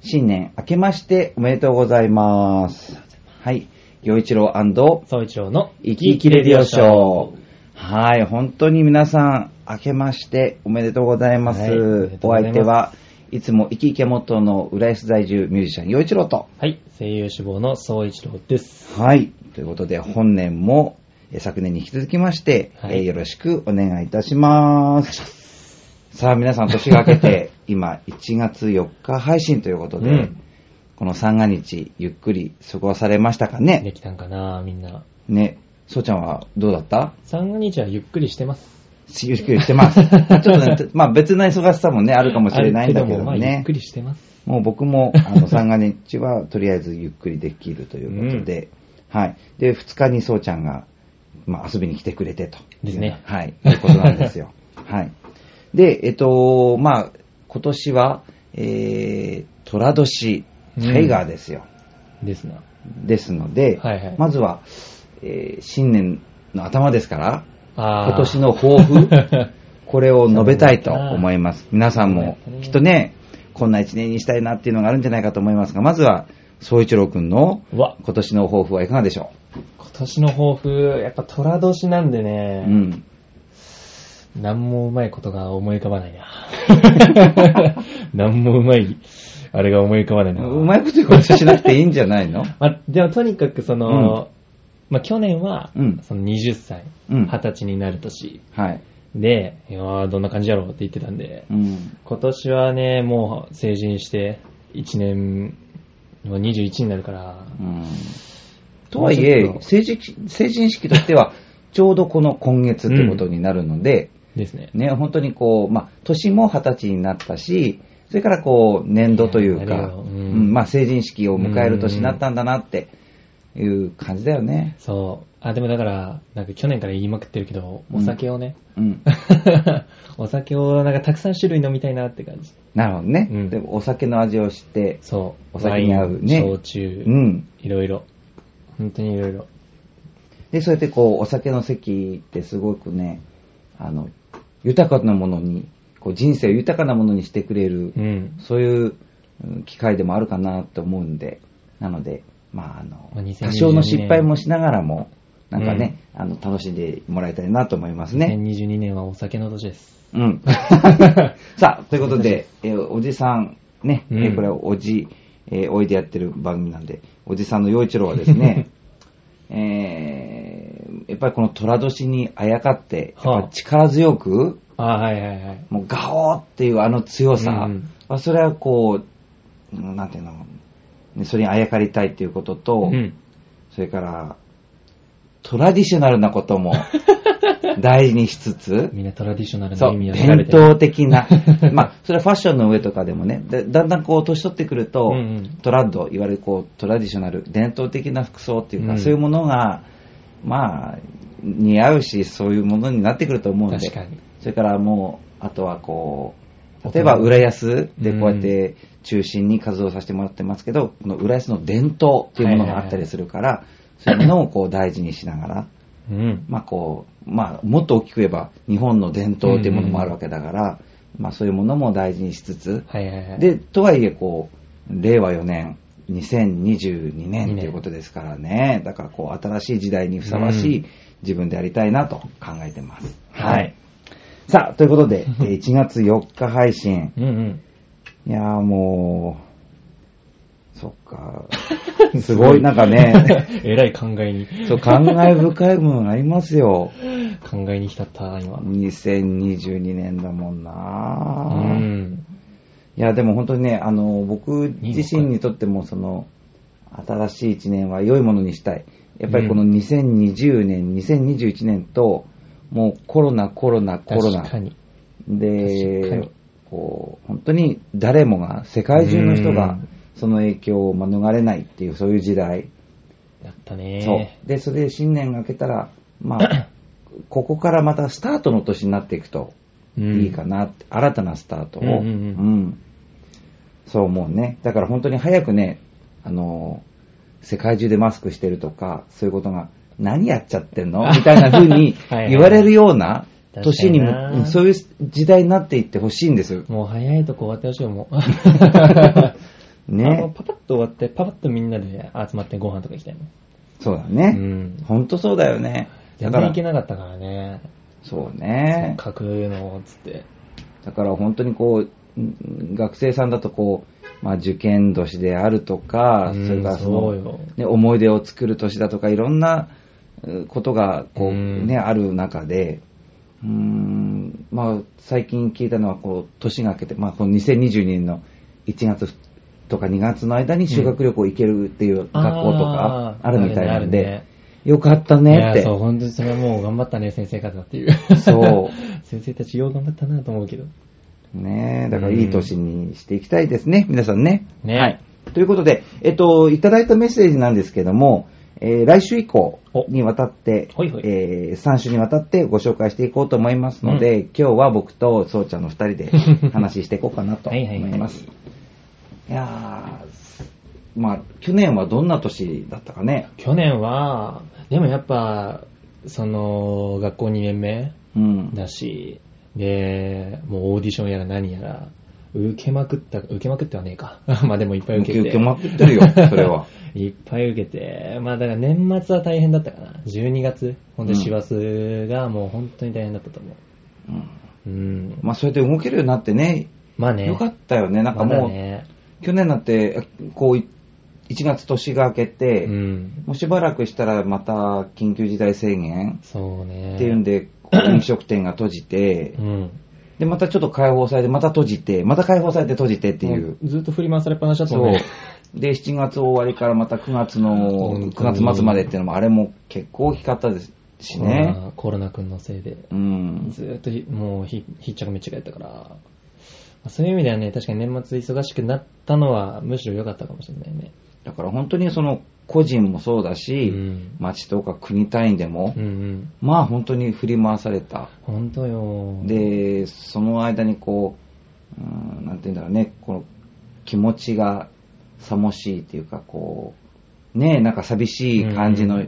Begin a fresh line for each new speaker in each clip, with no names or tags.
新年明けましておめでとうございます。はい。陽一郎
総一郎の
生き生きレディオショー。はい。本当に皆さん、明けましておめでとうございます。
はいおめでとう
お
ござ
相
います
手はいつも生き生き元の浦安在住ミュージシャン陽一郎と。
はい、声優志望の総一郎です。
はい。ということで、本年もえー昨年に引き続きまして、
はい
えーよろしくお願いいたします。さあ、皆さん、年が明け て、今、1月4日配信ということで、
うん
この三が日、ゆっくり過ごされましたかね
できたんかなみんな。
ね、そうちゃんはどうだった
三が日はゆっくりしてます。
ゆっくりして ます。ちょっとね、まあ別な忙しさもね、あるかもしれないんだけど
あるまあゆっ
ね
く。りしてます。
もう僕 も、あの、三が日はとりあえずゆっくりできるということで、はい。で、二日にそうちゃんが、まあ、遊びに来てくれてと。
ですね
はい。ということなんです よ。はい。で、えっと、まあ、今年は、えー、虎年、タイガーですよ。
ですな。
ですので、
はいはい
まずは、えー新年の頭ですから、
あー
今年の抱 負、これを述べたいと思います。皆さんも
そうですね
きっとね、こんな一年にしたいなっていうのがあるんじゃないかと思いますが、まずは、総一郎くんの
うわ、
今年の抱負はいかがでしょ
今年の抱負、やっぱ虎年なんで
うう
ね、
ん。
なんもうまいことが思い浮かばないな。 なんもうまい、あれが思い浮かばないな。
うまいこと言うことしなくていいんじゃ ないの
まあ、でもとにかくその、まあ去年は、
うん
その20歳、
うん
20歳になる年
はい。
で、いやーどんな感じやろうって言ってたんで、
うん。
今年はね、もう成人して、1年、もう21になるから、
うんとはいえ
もうちょっ、と
成人式成人式としては、ちょうどこの今月ってことになるので、
ですね。
ね、本当にこう、まあ、年も二十歳になったし、それからこう、年度という
な
か、
るよ
う
うんん
まあ、成人式を迎える年になったんだなっていう感じだよね。
そう。あ、でもだから、なんか去年から言いまくってるけど、お酒をね、
うん。
お酒をなんかたくさん種類飲みたいなって感じ。
なるほどね。
うん
でお酒の味を知って、
そう。
お酒に合うね
ワイン焼酎、
うん。
いろいろ。本当にいろいろ。
で、そうやってこう、お酒の席ってすごくね、あの、豊かなものに、こう、人生を豊かなものにしてくれる、
うん。
そういううん機会でもあるかなと思うんで、なので、まあ、あの
まあ、2022
多少の失敗もしながらも、なんかね、あの、楽しんでもらいたいなと思いますね。
2022年はお酒の年です。
うん。 さあ、ということで、えーおじさん、ね、えー
うん
これはおじ、えーおいでやってる番組なんで、おじさんの陽一郎はです ね、えー、やっぱりこの虎年にあやかって、やっぱ力強く、
あはいはいはい。
もうガオーっていうあの強さ、
うん
まあそれはこう、うんなんていうの、ねそれにあやかりたいっていうことと、
うん。
それから、トラディショナルなこと も大事にしつつ、
みんなトラディショナル
そ
の
う
意味、は知られ
伝
てる。
統的 な、まあ、それはファッションの上とかでもね、だだんだんこう、年取ってくると、
うんうん
トラッド、いわゆるこう、トラディショナル、伝統的な服装っていうか、
うん
そういうものが、まあ、似合うし、そういうものになってくると思うんで、
確かに。
それからもう、あとはこう、例えば浦安でこうやって中心に活動させてもらってますけど、この浦安の伝統っていうものがあったりするから、そういうものをこう大事にしなが ら、
うん。
まあこう、まあもっと大きく言えば日本の伝統っていうものもあるわけだから、まあそういうものも大事にしつつ、
はいはいはい。、
で、とはいえこう、令和4年、2022年っていうことですからね、だからこう新しい時代にふさわし
う
い自分でありたいなと考えてます。
はい。
さあ、ということ で、えー1月4日配信。
うんうん。
いやーもう、そっ か。すごい、なんかね、
えらい考えに、
そう、感慨深いものがありますよ。
考えに浸った、今。
2022年だもん
う
な、
ん。
いや、でも本当にね、あの、僕自身にとっても、その、新しい一年は良いものにしたい。やっぱりこの
う
2020年、2021年と、もうコロナ、コロナ、コロナ。
確かに。確か
で
に、
こう、本当に誰もが、世界中の人
う
が
ん、
その影響を免れないっていう、そういう時代。
やったね
そう。で、それで新年が明けたら、ま あ、ここからまたスタートの年になっていくと
うん
いいかなって、新たなスタートを、
うんうんうん
んそう思うね。だから本当に早くね、あのー、世界中でマスクしてるとか、そういうことが、何やっちゃってん のみたいな風に
はいはい
言われるような年にも、
確かにな
うんそういう時代になっていってほしいんですよ。
もう早いとこ終わってほしいよ、もう。あの
ね。
パパッと終わって、パパッとみんなで集まってご飯とか行きたいね。
そうだ
う
ね。
ん。
ほんとそうだよね。だ
全
か
然
ら
行、けなかったからね。
そう
せっ
ね。
かくの、つって。
だから本当にこう、ん学生さんだとこう、まあ受験年であるとか、
うん
それからそ
そうよ
の、ね、思い出を作る年だとか、いろんなうことがこう、
うん
ね、ある中で、うーん、まあ最近聞いたのはこう、年が明けて、まあこの2022年の1月とか2月の間に修学旅行行けるっていう学校とか
あー
あるみたいなん
ある
で
ね、
よかった
い
ねっ
や、
て。
そう、本当にそれはもう頑張ったね、先生方っていう。。
そう
先生たちよう頑張ったなと思うけど。
ねえ、だからいい年にしていきたいですね、皆さんね。
ね
はい。ということで、えっと、いただいたメッセージなんですけども、えー来週以降にわたって、
おほいほい
え3週にわたってご紹介していこうと思いますので、今日は僕とそうちゃんの2人 で話していこうかなと思います。いやー、まあ、去年はどんな年だったかね。
去年は、でもやっぱ、その、学校2年目
うん。
だし、で、もうオーディションやら何やら、受けまくった、受けまくってはねえか。 まあでもいっぱい受けて。
受けまくってるよそれは。
いっぱい受けて、まあだから年末は大変だったかな。12月、ほんと師走がもう本当に大変だったと思
うん
う。うん。
まあ、そうやって動けるようになってね、
まあね。
よかったよね。なんか
ま
も
だ
う、
ね、
去年だって、こうい、1月年が明けて、
うん。
もうしばらくしたらまた緊急事態宣言
そうね。
っていうんで、こう飲食店が閉じて
う、ん。っ
で、またちょっと解放されて、また閉じて、また解放されて閉じてっていう。。
ずっと振り回されっぱなしだった
そ
もん
う
ね。。
で、7月終わりからまた9月の、
本当に
9月末までっていうのも、あれも結構大きかったですしね。。
コロナ君のせいで。
うん。
ずーっとひもうひひっちゃかめっちゃかやったから、まあそういう意味ではね、確かに年末忙しくなったのはむしろ良かったかもしれないね。
だから本当にその、個人もそうだし、
うん
町とか国単位でも、
うんうん。
まあ本当に振り回された。
ほんとよ。
で、その間にこう、うん、なんていうんだろうね、この気持ちがさもしいっていうか、こう、ねえ、なんか寂しい感じの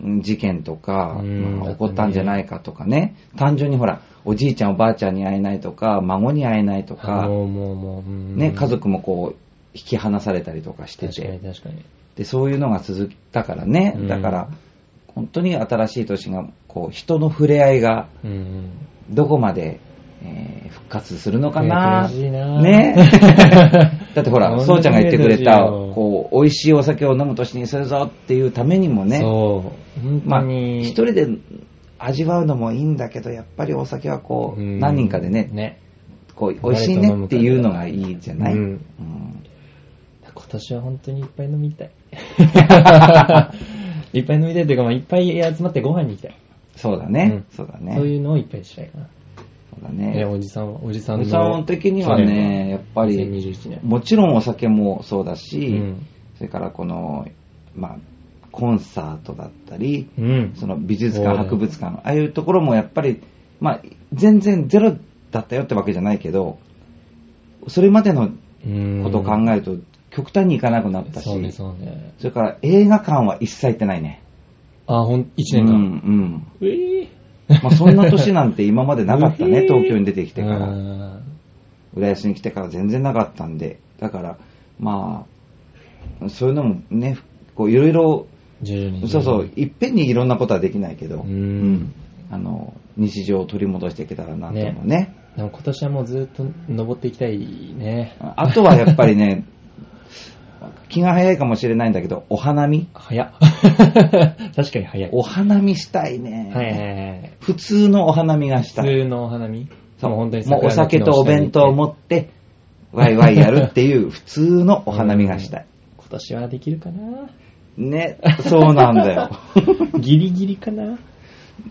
うん事件とか、
うん
まあ起こったんじゃないかとかね、単純にほら、おじいちゃんおばあちゃんに会えないとか、孫に会えないと
あ
か、
もうもうもう、うん
ね、家族もこう、引き離されたりとかして
確かに
て、
確かに。
で、そういうのが続いたからね
うん、
だから、本当に新しい年が、こう、人の触れ合いが、
うんうん。
どこまで、えー復活するのかな
悔しいな
ねだってほら、
本当
そう
に
ちゃんが言ってくれた、
悔しいよ
こう、美味しいお酒を飲む年にするぞっていうためにもね、
そう。本
ま
当
あ、
に。
一人で味わうのもいいんだけど、やっぱりお酒はこう、
うん
何人かでね、
ね。
こう、美味しいねっていうのがいいじゃない、
うん
うん
今年は本当にいっぱい飲み たい。いっぱい飲みたいというか、まあ、いっぱい集まってご飯に行きたい。
そうだね、
うん
そうだね。
そういうのをいっぱいしたいかな。
そうだ
え、
ね。
おじさんは、おじさん
お
の。
じさん的には
去年
ね、やっぱり、
2021年。
もちろんお酒もそうだし、
うん
それからこの、まあ、コンサートだったり、
うん。
その美術
そう
館、
だね
博物館、ああいうところもやっぱり、まあ、全然ゼロだったよってわけじゃないけど、それまでの
うん
ことを考えると、極端にいかなくなったし、
そうね、そうね。
それから映画館は一切行ってないね。
あ、ほん、1
う
年
ん、う
間。
ん。
うえ
まあ、そんな年なんて今までなかった ね、東京に出てきてから。
ら。
浦安に来てから全然なかったんで、だから、まあ、そういうのもね、こういろいろ
徐々に。
そうそう、いっぺんにいろんなことはできないけど、
うん
あの日常を取り戻していけたらなと思うね。
でも今年はもうずっと登っていきたいね。
あとはやっぱりね、 気が早いかもしれないんだけど、お花見
早っ。 確かに早い。
お花見したいね。
はいはいはい。
普通のお花見がした
普
い。
通のお花見
そう
もう本当に
もうお酒とお弁当を持
も
って、ワイワイやるっていう普通のお花見がしたい。
今年はできるかな
ね、そうなんだよ。
ギリギリかな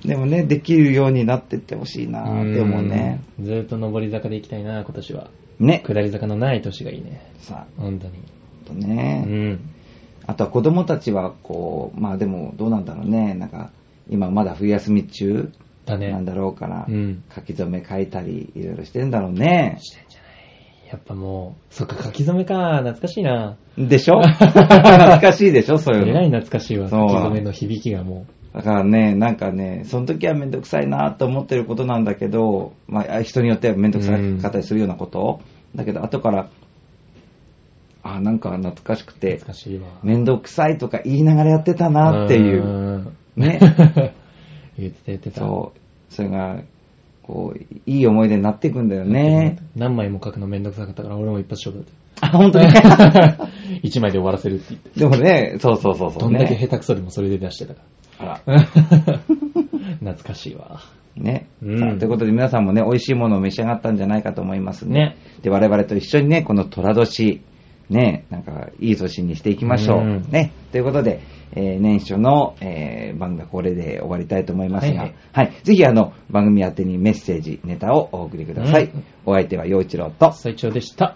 でもね、できるようになってってほしいなでもね。
うん。ずっと上り坂でいきたいな、今年は。
ね。
下り坂のない年がいいね。
さ
本当に。
あ、ほんと
う
ね。
ん。
あとは子供たちは、こう、まあでもどうなんだろうね。なんか、今まだ冬休み中
だね。
なんだろうから、
うん
書き初め書いたり、いろいろしてんだろうね。
してんじゃないやっぱもう、そっか、書き初めか、懐かしいな。
でし ょ懐かしいでしょそういう
えらい
の。
懐かしいわ、
そう
書き初めの響きがも
だからね、なんかね、その時はめんどくさいなと思ってることなんだけど、まあ人によってはめんどくさかったりするようなこと、だけど後から、あ、なんか懐かしくて、
懐かしいわ。
面倒くさいとか言いながらやってたなっていうう、
ん。
ね。
言ってた言ってた。
そう。それが、こう、いい思い出になっていくんだよ ね。
何枚も書くのめんどくさかったから俺も一発勝負
あ、本当に。
だった。一枚で終わらせるって言っ て。
でもね、そうそうそうそ
ど
う、
ん
ね。
だけ下手くそでもそれで出して たか
あら。
ら。懐かしいわ。
ね。
うん
さあということで皆さんもね、美味しいものを召し上がったんじゃないかと思いますね。で、我々と一緒にね、この虎年、ね、なんか、いい年にしていきましょう。
うん
ね。ということで、えー年初の、えー番組はこれで終わりたいと思いますが、は
はいい、
ぜひあの、番組宛てにメッセージ、ネタをお送りください。
うん
お相手は陽一郎と、
最長でした。